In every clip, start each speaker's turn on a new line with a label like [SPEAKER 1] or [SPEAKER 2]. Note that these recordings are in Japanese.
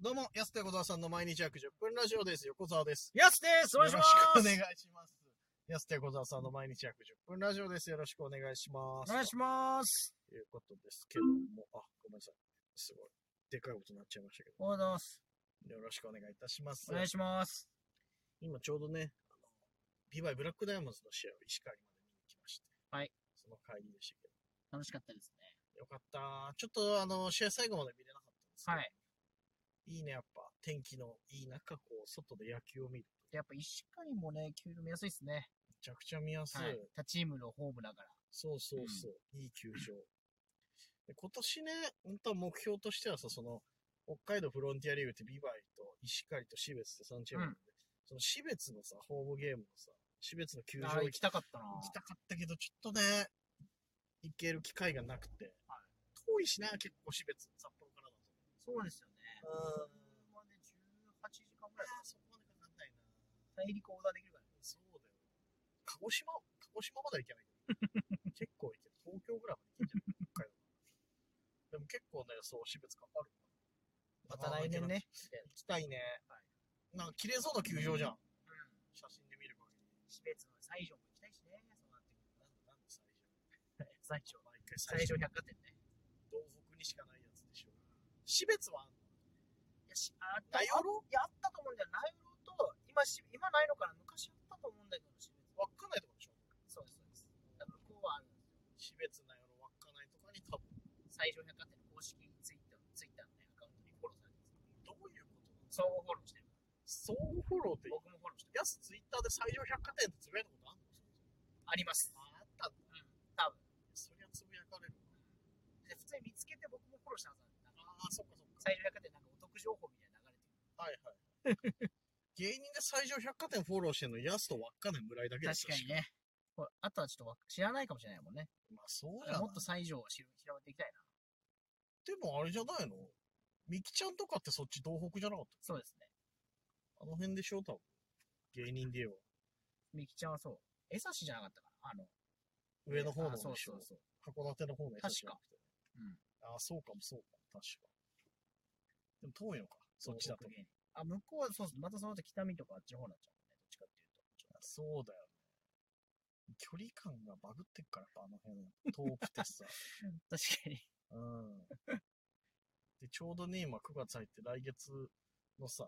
[SPEAKER 1] どうも、安手小沢さんの毎日約10分ラジオです。横澤です。
[SPEAKER 2] やすですお願いします
[SPEAKER 1] よろしくお願いします。安手小沢さんの毎日約10分ラジオです。よろしくお願いします。
[SPEAKER 2] お願いします
[SPEAKER 1] ということですけども、あ、ごめんなさい。すごい。でかいことになっちゃいましたけ
[SPEAKER 2] おはようございます
[SPEAKER 1] ど、よろしくお願いいたします
[SPEAKER 2] お。願いします
[SPEAKER 1] 今ちょうどね、あの、ビバイブラックダイヤモンドズの試合を石川にまで見に来まして。
[SPEAKER 2] はい。
[SPEAKER 1] その帰りでしたけ
[SPEAKER 2] 楽しかったですね
[SPEAKER 1] ど。よかった。ちょっとあの、試合最後まで見れなかったんですけど
[SPEAKER 2] はい
[SPEAKER 1] いいね、やっぱ。天気のいい中、こう、外で野球を見る。
[SPEAKER 2] やっぱ石狩もね球場見やすいですね
[SPEAKER 1] めちゃくちゃ見やすい。
[SPEAKER 2] はい他チームのホームだから
[SPEAKER 1] そうそうそう。いい球場。で今年ね、本当は目標としてはさ、その、北海道フロンティアリーグってビバイと石狩と標別って3チームなんで、その標別のさ、ホームゲームのさ、標別の球場
[SPEAKER 2] あー
[SPEAKER 1] 行
[SPEAKER 2] 行
[SPEAKER 1] き
[SPEAKER 2] きたかったな
[SPEAKER 1] 行きたかったけど、ちょっとね、行ける機会がなくて。遠いしな、結構標別、札幌からだと。
[SPEAKER 2] そうですよね
[SPEAKER 1] うん。
[SPEAKER 2] 車で18時間ぐらい
[SPEAKER 1] そこまでかかんないな。
[SPEAKER 2] 大陸横断できるから
[SPEAKER 1] そうだよ。鹿児島、鹿児島までは行けない けど。結構行ける。東京ぐらいまで行けるんじゃない北海道でも結構ね、そう、私別かかる。
[SPEAKER 2] また来年ね。
[SPEAKER 1] 行きたいね。なんか綺麗そうな球場じゃん。写真で見る限り。
[SPEAKER 2] 私別の西条も行きたいしねそうなってく
[SPEAKER 1] なんで、なんで最初。
[SPEAKER 2] ると西条
[SPEAKER 1] 毎回
[SPEAKER 2] 西
[SPEAKER 1] 最
[SPEAKER 2] 条
[SPEAKER 1] 初。
[SPEAKER 2] 百貨店ね
[SPEAKER 1] 東北にしかないやつでしょ。私別はあんの
[SPEAKER 2] いやしあった
[SPEAKER 1] 名寄ろ
[SPEAKER 2] いやあったと思うんだよナイロと今し今ないのかな昔あったと思うんだけど私別
[SPEAKER 1] 稚内とかでしょ。
[SPEAKER 2] そうですそうですだから向こうはあるんですよ
[SPEAKER 1] 私別なよろ、稚内とかに多分。
[SPEAKER 2] 最上百貨店の公式ツイッターツイッターのね、アカウントにフォローされてます。
[SPEAKER 1] どういうことなの
[SPEAKER 2] 相互フォローしてる。
[SPEAKER 1] 相互フォローって、
[SPEAKER 2] 僕もフォローしてる。
[SPEAKER 1] やすツイッターで最上百貨店ってつぶやいたことあんの
[SPEAKER 2] あります。
[SPEAKER 1] ああったんだ。
[SPEAKER 2] うん、多分。
[SPEAKER 1] そりゃつぶやかれるわ。
[SPEAKER 2] で、普通に見つけて僕もフォローしたはずなんだ。
[SPEAKER 1] ああ、そっかそっか。
[SPEAKER 2] 最上百貨店なんかお得情報みたいなの流れて
[SPEAKER 1] はいは
[SPEAKER 2] る。
[SPEAKER 1] い。芸人で最上百貨店フォローしてんの、ヤスと稚内村井だけですよ
[SPEAKER 2] ね。これあとはちょっとわ知らないかもしれないもんね。
[SPEAKER 1] しかもまあそうじゃない。
[SPEAKER 2] もっと最上を知る広めていきたいな。
[SPEAKER 1] でもあれじゃないのミキちゃんとかってそっち東北じゃなかっ
[SPEAKER 2] そうですね。
[SPEAKER 1] たあの辺でしょ多分。芸人で言え
[SPEAKER 2] みきちゃんはそう。江差しじゃなかったかな。あの、
[SPEAKER 1] ば。上の方の
[SPEAKER 2] あ
[SPEAKER 1] でし
[SPEAKER 2] そ
[SPEAKER 1] ょ
[SPEAKER 2] うそうそう。
[SPEAKER 1] 函館の方のやつじゃなくて。
[SPEAKER 2] うん。
[SPEAKER 1] ああ、そうかもそうかも。確か。でも遠いのか。そっちだと
[SPEAKER 2] 東。北芸人あ、向こうはそうです。またその後北見とかあっちの方になっちゃうもんね。どっちかっていうと。ちょっと
[SPEAKER 1] そうだよね。距離感がバグってっから、やっぱあの辺。遠くてさ。
[SPEAKER 2] 確かに。
[SPEAKER 1] うん。で、ちょうどね、今9月入って来月のさ、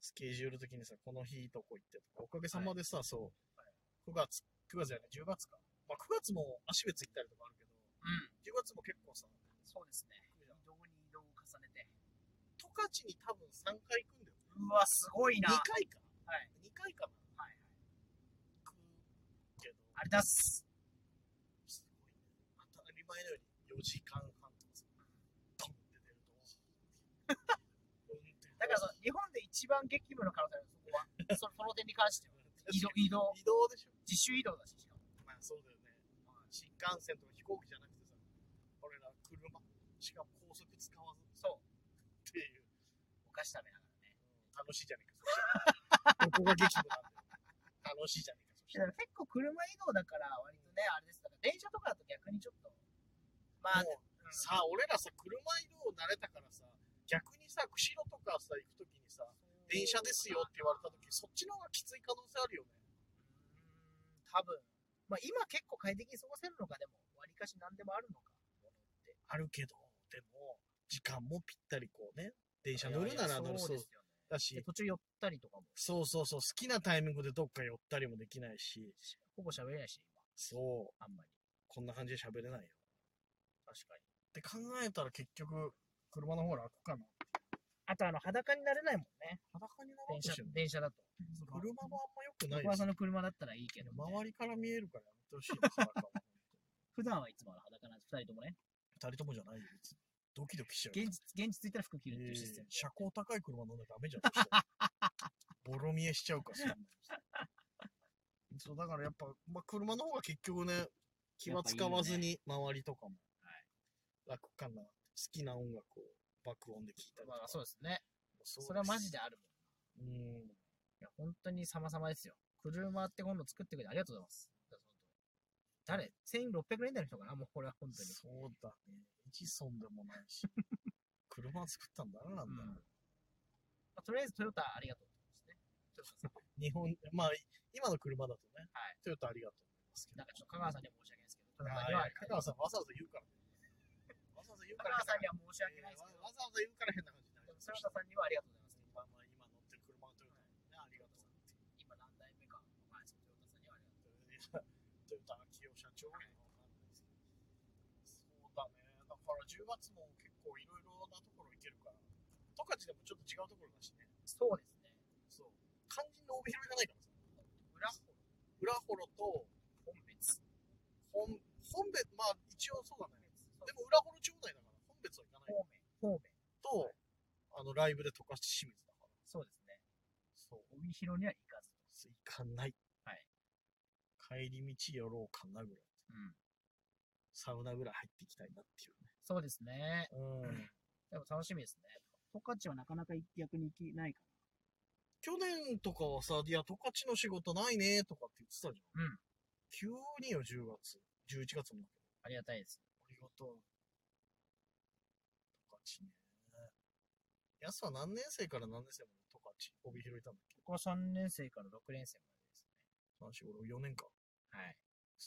[SPEAKER 1] スケジュール的にさ、この日どこ行ってとか、おかげさまでさ、そう、9月、9月じゃない、10月か。まあ9月も足別行ったりとかあるけど、
[SPEAKER 2] うん。
[SPEAKER 1] 10月も結構さ、
[SPEAKER 2] そうですね。移動に移動を重ねて。
[SPEAKER 1] 十勝に多分3回行くんだよ。
[SPEAKER 2] うわ、すごい
[SPEAKER 1] 2
[SPEAKER 2] な。
[SPEAKER 1] 回か。
[SPEAKER 2] はい。
[SPEAKER 1] 2回かな。
[SPEAKER 2] はいはい。
[SPEAKER 1] 行くけど、
[SPEAKER 2] あれだっ
[SPEAKER 1] す
[SPEAKER 2] す。
[SPEAKER 1] ごいね。当たり前のように4時間半とかさ、ドンって出ると、
[SPEAKER 2] だからその、日本で一番激務の可能性あるそこは。そのそ の点に関しては。移動、移動、
[SPEAKER 1] 移動でしょ。
[SPEAKER 2] 自主移動だし、しかも。
[SPEAKER 1] まあそうだよね。新幹線とか飛行機じゃなくてさ、俺ら車、しかも高速使わず
[SPEAKER 2] そう。
[SPEAKER 1] っていう、
[SPEAKER 2] お菓子食べながらね。
[SPEAKER 1] 楽しいじゃねえ か、そしたら。ここが激務なんだよ。楽しいじゃねえか、そし
[SPEAKER 2] だ
[SPEAKER 1] た。
[SPEAKER 2] からら結構車移動だから、割とね、あれです。だから電車とかだと逆にちょっと。まあ、
[SPEAKER 1] もうさあ、俺らさ、車移動慣れたからさ、逆にさ、釧路とかさ、行くときにさ、電車ですよって言われたとき、そっちの方がきつい可能性あるよね。
[SPEAKER 2] うん多分。まあ今結構快適に過ごせるのか、でも、割かし何でもあるのか。
[SPEAKER 1] あるけど、でも、時間もぴったりこうね、電車乗るなら乗る
[SPEAKER 2] そう
[SPEAKER 1] そう
[SPEAKER 2] ですよね。
[SPEAKER 1] だ
[SPEAKER 2] で
[SPEAKER 1] し、
[SPEAKER 2] 途中寄ったりとかも、
[SPEAKER 1] そうそうそう、好きなタイミングでどっか寄ったりもできないし、
[SPEAKER 2] ほぼ喋れないし、今、
[SPEAKER 1] そう。
[SPEAKER 2] あんまり。
[SPEAKER 1] こんな感じで喋れないよ。っ
[SPEAKER 2] 確かに。
[SPEAKER 1] て考えたら結局、車の方が楽かな。
[SPEAKER 2] あと、あの、裸になれないもんね。
[SPEAKER 1] 裸になろう
[SPEAKER 2] 電
[SPEAKER 1] と
[SPEAKER 2] 車
[SPEAKER 1] してる、
[SPEAKER 2] 電車だと。
[SPEAKER 1] 車もあんま良くない
[SPEAKER 2] 僕
[SPEAKER 1] で
[SPEAKER 2] は
[SPEAKER 1] す
[SPEAKER 2] そ
[SPEAKER 1] よ。
[SPEAKER 2] の車だったらいいけど、
[SPEAKER 1] 周りから見えるからやめてほしいです。裸は
[SPEAKER 2] 普段はいつもの裸なんです、二人ともね。
[SPEAKER 1] 二人ともじゃないよ、別に。ドキドキしちゃう。
[SPEAKER 2] 現実、現実ついたら服着るっていうシステ
[SPEAKER 1] え
[SPEAKER 2] ム
[SPEAKER 1] ー。車高高い車乗んなきゃダメじゃんそしたら。 ボロ見えしちゃうから、そんなのそう、だからやっぱ、まあ、車の方が結局ね、気は使わずに周りとかも
[SPEAKER 2] はい
[SPEAKER 1] 楽かな。好きな音楽を爆音で聴いたりと
[SPEAKER 2] ま
[SPEAKER 1] か。
[SPEAKER 2] あ、そうですね。
[SPEAKER 1] そう
[SPEAKER 2] それはマジであるもん。
[SPEAKER 1] うん。
[SPEAKER 2] いや、本当に様々ですよ。車って今度作ってくれてありがとうございます。誰 ?1600 年代の人かなもうこれは本当に。
[SPEAKER 1] そうだね。エジソンでもないし。車作ったんだな、なんだろう、
[SPEAKER 2] うんあとりあえずトヨタありがとうってことですね。トヨタさん
[SPEAKER 1] 日本、まあ、今の車だとね、
[SPEAKER 2] はい
[SPEAKER 1] トヨタありがとうですけ
[SPEAKER 2] な
[SPEAKER 1] ど
[SPEAKER 2] んかちょっと香川さんには申し訳ないですけど、トヨタ
[SPEAKER 1] あい
[SPEAKER 2] に
[SPEAKER 1] や
[SPEAKER 2] はあ
[SPEAKER 1] 香
[SPEAKER 2] りがとう
[SPEAKER 1] 川さんわざわざ言うから、わざわざ言う
[SPEAKER 2] 香
[SPEAKER 1] から
[SPEAKER 2] 川さん
[SPEAKER 1] 変
[SPEAKER 2] には申し訳
[SPEAKER 1] な
[SPEAKER 2] ない
[SPEAKER 1] 感
[SPEAKER 2] で
[SPEAKER 1] じ、
[SPEAKER 2] すけど、
[SPEAKER 1] わざわざ言うから変な感じになりまし
[SPEAKER 2] トヨ
[SPEAKER 1] た
[SPEAKER 2] タさんにはありがとうございますけど、
[SPEAKER 1] まあまあ、今乗ってる車はトヨタにね、ありがとうっていう。
[SPEAKER 2] 今何代目かわかんないですけど、トヨタさんにはありがとう。
[SPEAKER 1] トヨタの企業社長なのかわかんないですけど。そうだね。だから10月も結構いろいろなところ行けるから。十勝でもちょっと違うところだしね。
[SPEAKER 2] そうですね。
[SPEAKER 1] そう。肝心の帯広がないからさ。
[SPEAKER 2] 裏方
[SPEAKER 1] 裏幌と
[SPEAKER 2] 本別。
[SPEAKER 1] 本、本別、まあ一応そうだね。でも裏幌町内だから本別は行かない
[SPEAKER 2] 方面。方面。
[SPEAKER 1] と、あのライブで十勝清水だから。
[SPEAKER 2] そうですね。
[SPEAKER 1] そう。
[SPEAKER 2] 帯広には行かず。
[SPEAKER 1] 行かない。
[SPEAKER 2] はい
[SPEAKER 1] 帰り道寄ろうかなぐらい。
[SPEAKER 2] うん。
[SPEAKER 1] サウナぐらい入っていきたいなっていうね。
[SPEAKER 2] そうですね。
[SPEAKER 1] うん。
[SPEAKER 2] でも楽しみですね。十勝はなかなか逆に行きないか
[SPEAKER 1] 去年とかはさ、いや、十勝の仕事ないねとかって言ってたじゃん。
[SPEAKER 2] うん
[SPEAKER 1] 急によ、10月。11月も。
[SPEAKER 2] ら。ありがたいです。
[SPEAKER 1] ありがとう。十勝ね。やすは何年生から何年生まで十勝、帯広いたんだっけ
[SPEAKER 2] ここ3年生から6年生までですね。
[SPEAKER 1] ?3、4、5、4年か。
[SPEAKER 2] はい。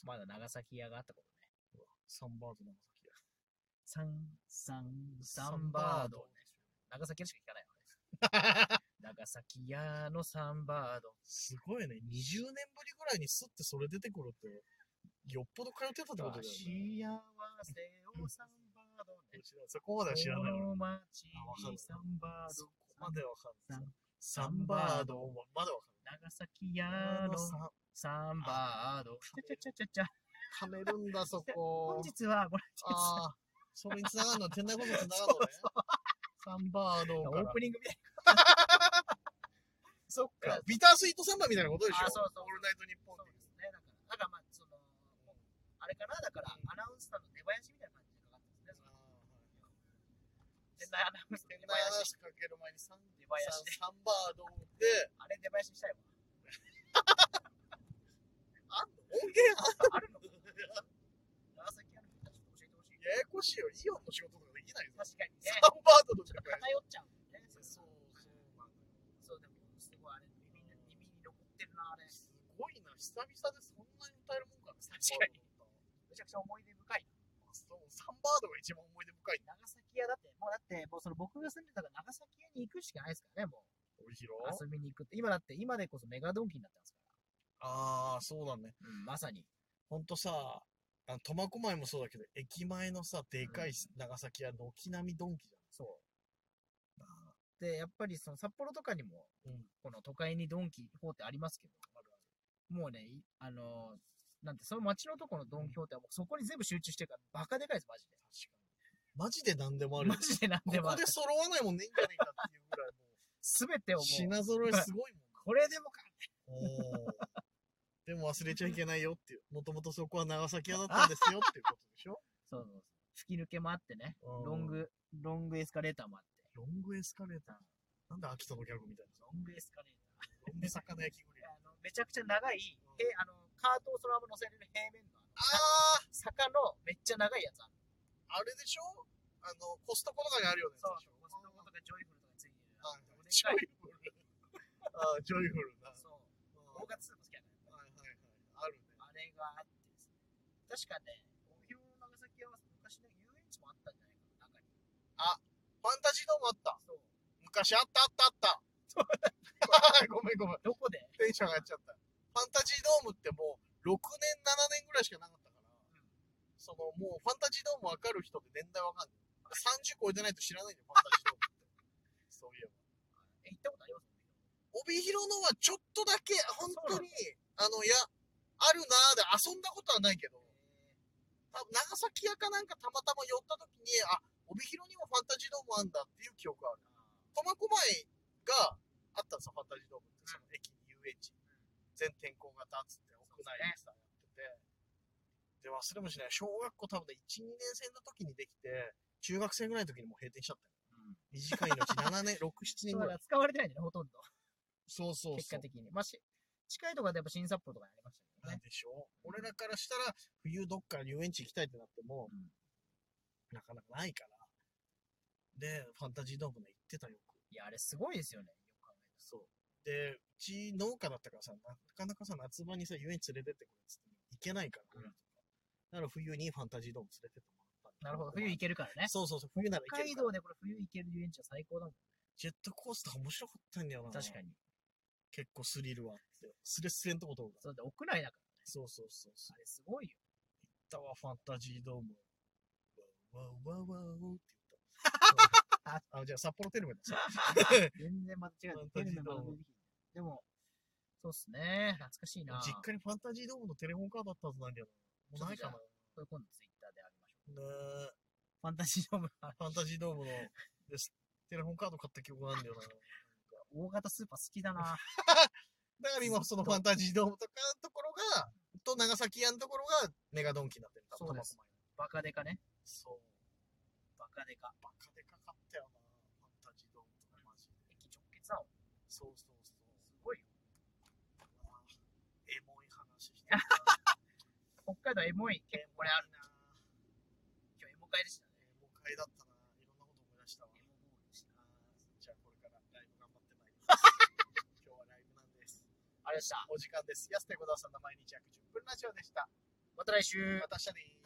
[SPEAKER 2] まだ長崎屋があったことね。
[SPEAKER 1] うわサンバード長崎や。
[SPEAKER 2] サン、サン、サンバード。長崎屋しか聞かな いわね。長崎屋のサンバード。
[SPEAKER 1] すごいね。20年ぶりぐらいにすってそれ出てくるって、よっぽど通ってたってことだよ
[SPEAKER 2] 幸
[SPEAKER 1] ね。
[SPEAKER 2] せをサンバードね。
[SPEAKER 1] そこまでは知らない
[SPEAKER 2] こ
[SPEAKER 1] わ。
[SPEAKER 2] の街にサンバー
[SPEAKER 1] そ
[SPEAKER 2] ド
[SPEAKER 1] こ。まではわかんない。サ
[SPEAKER 2] ン
[SPEAKER 1] ン
[SPEAKER 2] バ
[SPEAKER 1] バ
[SPEAKER 2] ー
[SPEAKER 1] ー
[SPEAKER 2] ド
[SPEAKER 1] ドまだわかんない。
[SPEAKER 2] 長崎屋
[SPEAKER 1] あ
[SPEAKER 2] の
[SPEAKER 1] のさ
[SPEAKER 2] サンバード。ちゃちゃちゃちゃちゃ。
[SPEAKER 1] 噛めるんだ、そ
[SPEAKER 2] 本
[SPEAKER 1] こ。
[SPEAKER 2] 日はご覧くださ
[SPEAKER 1] ああ、それに繋がるのは、てんなことに繋 がるのね。サンバード
[SPEAKER 2] い。
[SPEAKER 1] か
[SPEAKER 2] オ
[SPEAKER 1] ら
[SPEAKER 2] ー。プニングみたいな。 そっか。
[SPEAKER 1] ビタースイートサンバみたいなことでしょ
[SPEAKER 2] あそうそう
[SPEAKER 1] オールナイトニッポン
[SPEAKER 2] そ
[SPEAKER 1] っ
[SPEAKER 2] う
[SPEAKER 1] て
[SPEAKER 2] で。すね。だから、だからまあ、その、あれかな、だから、アナウンサーの出囃子みたいな感じでかかってますね。そのでなアナウンサーの
[SPEAKER 1] 変
[SPEAKER 2] 出
[SPEAKER 1] な
[SPEAKER 2] 囃
[SPEAKER 1] 話
[SPEAKER 2] 子。
[SPEAKER 1] かける前にサン
[SPEAKER 2] 出囃子で。
[SPEAKER 1] サンバードで、
[SPEAKER 2] あれ出囃子したいわ。
[SPEAKER 1] 音源 あ
[SPEAKER 2] あるのかな長崎屋の人たちょっと教えてほしい。
[SPEAKER 1] ややこしいよ。イオンの仕事とかできないぞ。
[SPEAKER 2] 確かにね。
[SPEAKER 1] サンバードと
[SPEAKER 2] ちょ
[SPEAKER 1] か
[SPEAKER 2] っと偏っちゃうもんね。そう
[SPEAKER 1] そう、そうなんだよ。
[SPEAKER 2] そう、でも、すごいあれ、耳に耳に残ってるな、あれ。
[SPEAKER 1] すごいな、久々でそんなに歌えるもんか。確
[SPEAKER 2] かに。めちゃくちゃ思い出深い。
[SPEAKER 1] そう、サンバードが一番思い出深い。
[SPEAKER 2] 長崎屋だって、もうだって、もうその僕が住んでたから長崎屋に行くしかないですからね、もう。
[SPEAKER 1] 帯広
[SPEAKER 2] 遊びに行くって。今だって、今でこそメガドンキになってますか
[SPEAKER 1] ああ、そうだね。
[SPEAKER 2] ら。まさに。
[SPEAKER 1] ほんとさ、あの苫小牧もそうだけど、駅前のさ、でかい長崎屋、軒並みドンキじ
[SPEAKER 2] そう。で、やっぱりその札幌とかにも、
[SPEAKER 1] うん
[SPEAKER 2] この都会にドンキホーテありますけど、もうね、いあのーなんて、その街のとこのドンキホーテはもうそこに全部集中してるから、バカでかいです、マジで。
[SPEAKER 1] ゃん。マジで何でもあるよ
[SPEAKER 2] マ。ジでなんでも
[SPEAKER 1] こ
[SPEAKER 2] あ
[SPEAKER 1] こ
[SPEAKER 2] る
[SPEAKER 1] で。揃わないもんねえんじゃねえかっていうぐらい、
[SPEAKER 2] すべてを
[SPEAKER 1] も
[SPEAKER 2] も
[SPEAKER 1] う、
[SPEAKER 2] う、
[SPEAKER 1] 品揃えすごいもん。
[SPEAKER 2] これでもか。
[SPEAKER 1] おーでも忘れちゃいけないよっていう。もともとそこは長崎屋だったんですよっていうことでしょ
[SPEAKER 2] そうそうそう。吹き抜けもあってね。
[SPEAKER 1] うん
[SPEAKER 2] ロング、ロングエスカレーターもあって。
[SPEAKER 1] ロングエスカレーター。なんで秋田のギャグみたいな。
[SPEAKER 2] ロングエスカレータ
[SPEAKER 1] ロング魚焼きグリル。
[SPEAKER 2] ー。あの、めちゃくちゃ長い、へあの、カートをそのまま乗せれる平面の、あの
[SPEAKER 1] ああ
[SPEAKER 2] 坂のめっちゃ長いやつある。
[SPEAKER 1] あれでしょあの、コストコとかにあるよね。
[SPEAKER 2] そう。コストコとかジョイフルとかについてる。
[SPEAKER 1] はい
[SPEAKER 2] おで
[SPEAKER 1] ジョ
[SPEAKER 2] かい
[SPEAKER 1] イフル。ああ、ジョイフルな。
[SPEAKER 2] そう。
[SPEAKER 1] うんは
[SPEAKER 2] 大
[SPEAKER 1] い
[SPEAKER 2] 型スーパー好きやね。
[SPEAKER 1] はいはい。あるね。
[SPEAKER 2] あれがあってですね。確かね、帯広の長崎屋は昔の遊園地もあったんじゃないかな、中に。
[SPEAKER 1] ファンタジードームあった。
[SPEAKER 2] そう。
[SPEAKER 1] 昔あったあったあった。ごめんごめん。
[SPEAKER 2] どこで
[SPEAKER 1] テンション上がっちゃった。ファンタジードームってもう、6年、7年ぐらいしかなかったから、その、もうファンタジードームわかる人って年代わかんない。30超えてないと知らないんだよ、ファンタジードームって。そう いえば。
[SPEAKER 2] え、行ったことあります
[SPEAKER 1] 帯広のはちょっとだけ、本
[SPEAKER 2] そ
[SPEAKER 1] 当
[SPEAKER 2] うなの
[SPEAKER 1] に、あの、いや、あるなーで遊んだことはないけど、多分長崎屋かなんかたまたま寄った時に、あ、帯広にもファンタジードームあんだっていう記憶がある。苫小牧があったんですよ、ファンタジードームって、その駅に遊園地。全天候型っつって、屋内でさ、やってて。で、忘れもしない。小学校多分ね、1、2年生の時にできて、中学生ぐらいの時にもう閉店しちゃったよ。
[SPEAKER 2] うん。
[SPEAKER 1] 短い命、7年、6、7年
[SPEAKER 2] そう
[SPEAKER 1] ぐらい
[SPEAKER 2] だから。使われてないんだね、ほとんど。
[SPEAKER 1] そうそうそう。
[SPEAKER 2] 結果的に。まあ、し近いところでやっぱ新札幌とかにありましたけど
[SPEAKER 1] なん
[SPEAKER 2] ね。
[SPEAKER 1] でしょう、俺らからしたら、冬どっか遊園地行きたいってなっても、
[SPEAKER 2] うん
[SPEAKER 1] なかなかないから。で、ファンタジードームね、行ってたよ。
[SPEAKER 2] いや、あれすごいですよね。
[SPEAKER 1] そう。で、うち農家だったからさ、なかなかさ、夏場にさ、遊園地連れてってくれっつっても行けないから、
[SPEAKER 2] うん
[SPEAKER 1] だから冬にファンタジードーム連れてってもらったんだ
[SPEAKER 2] なるほど、冬行けるからね。
[SPEAKER 1] そうそうそう、冬なら行
[SPEAKER 2] 北
[SPEAKER 1] ける
[SPEAKER 2] 海
[SPEAKER 1] から
[SPEAKER 2] 道でこれ冬行ける遊園地は最高だもん。
[SPEAKER 1] ジェットコースター面白かったんだよな。
[SPEAKER 2] 確か
[SPEAKER 1] に。
[SPEAKER 2] に。
[SPEAKER 1] 結構スリルはあって。スレスレのとこ通るから。
[SPEAKER 2] そうだ、屋内だから。
[SPEAKER 1] そうそうそうそう
[SPEAKER 2] あ。れすごいよ。
[SPEAKER 1] 行ったわ、ファンタジードーム。わーわーわーわーわーって言った。あ、じゃあ札幌テルメだ。
[SPEAKER 2] 全然間違え
[SPEAKER 1] ファン
[SPEAKER 2] て
[SPEAKER 1] タ
[SPEAKER 2] る
[SPEAKER 1] ジー
[SPEAKER 2] の
[SPEAKER 1] ドーム
[SPEAKER 2] でも、そうっすね。懐かしいな。
[SPEAKER 1] 実家にファンタジードームのテレホンカードあったはずなんだよな。もうないかな。ね
[SPEAKER 2] これ今度ツイッターであげま
[SPEAKER 1] え
[SPEAKER 2] しょう。ファンタジードームは、
[SPEAKER 1] ファンタジードームのですテレホンカード買った記憶があるんだよな。
[SPEAKER 2] 大型スーパー好きだな。
[SPEAKER 1] だから今そのファンタジードームとかのところが、と長崎屋のところがメガドンキになってるんだ。
[SPEAKER 2] そうですバカデカね。
[SPEAKER 1] そう。
[SPEAKER 2] バカデカ。
[SPEAKER 1] バカでかかったよな、ファンタジードームとかマジで。
[SPEAKER 2] 駅直結だもん。
[SPEAKER 1] そうそうそう。
[SPEAKER 2] すごいよ。
[SPEAKER 1] あーエモい話してるな。
[SPEAKER 2] 北海道エモい。結構これあるな。今日エモ会でしたね。
[SPEAKER 1] エモ会だったな。いろんなこと思い出したわ。
[SPEAKER 2] エモモールでした。
[SPEAKER 1] あーじゃあこれからライブ頑張ってまいり ます。今日はライブなんです。
[SPEAKER 2] ありが
[SPEAKER 1] お
[SPEAKER 2] とうございました。
[SPEAKER 1] 時間です。安手小沢さんの毎日約10分ラジオでした。
[SPEAKER 2] また来週。
[SPEAKER 1] また明日ねー。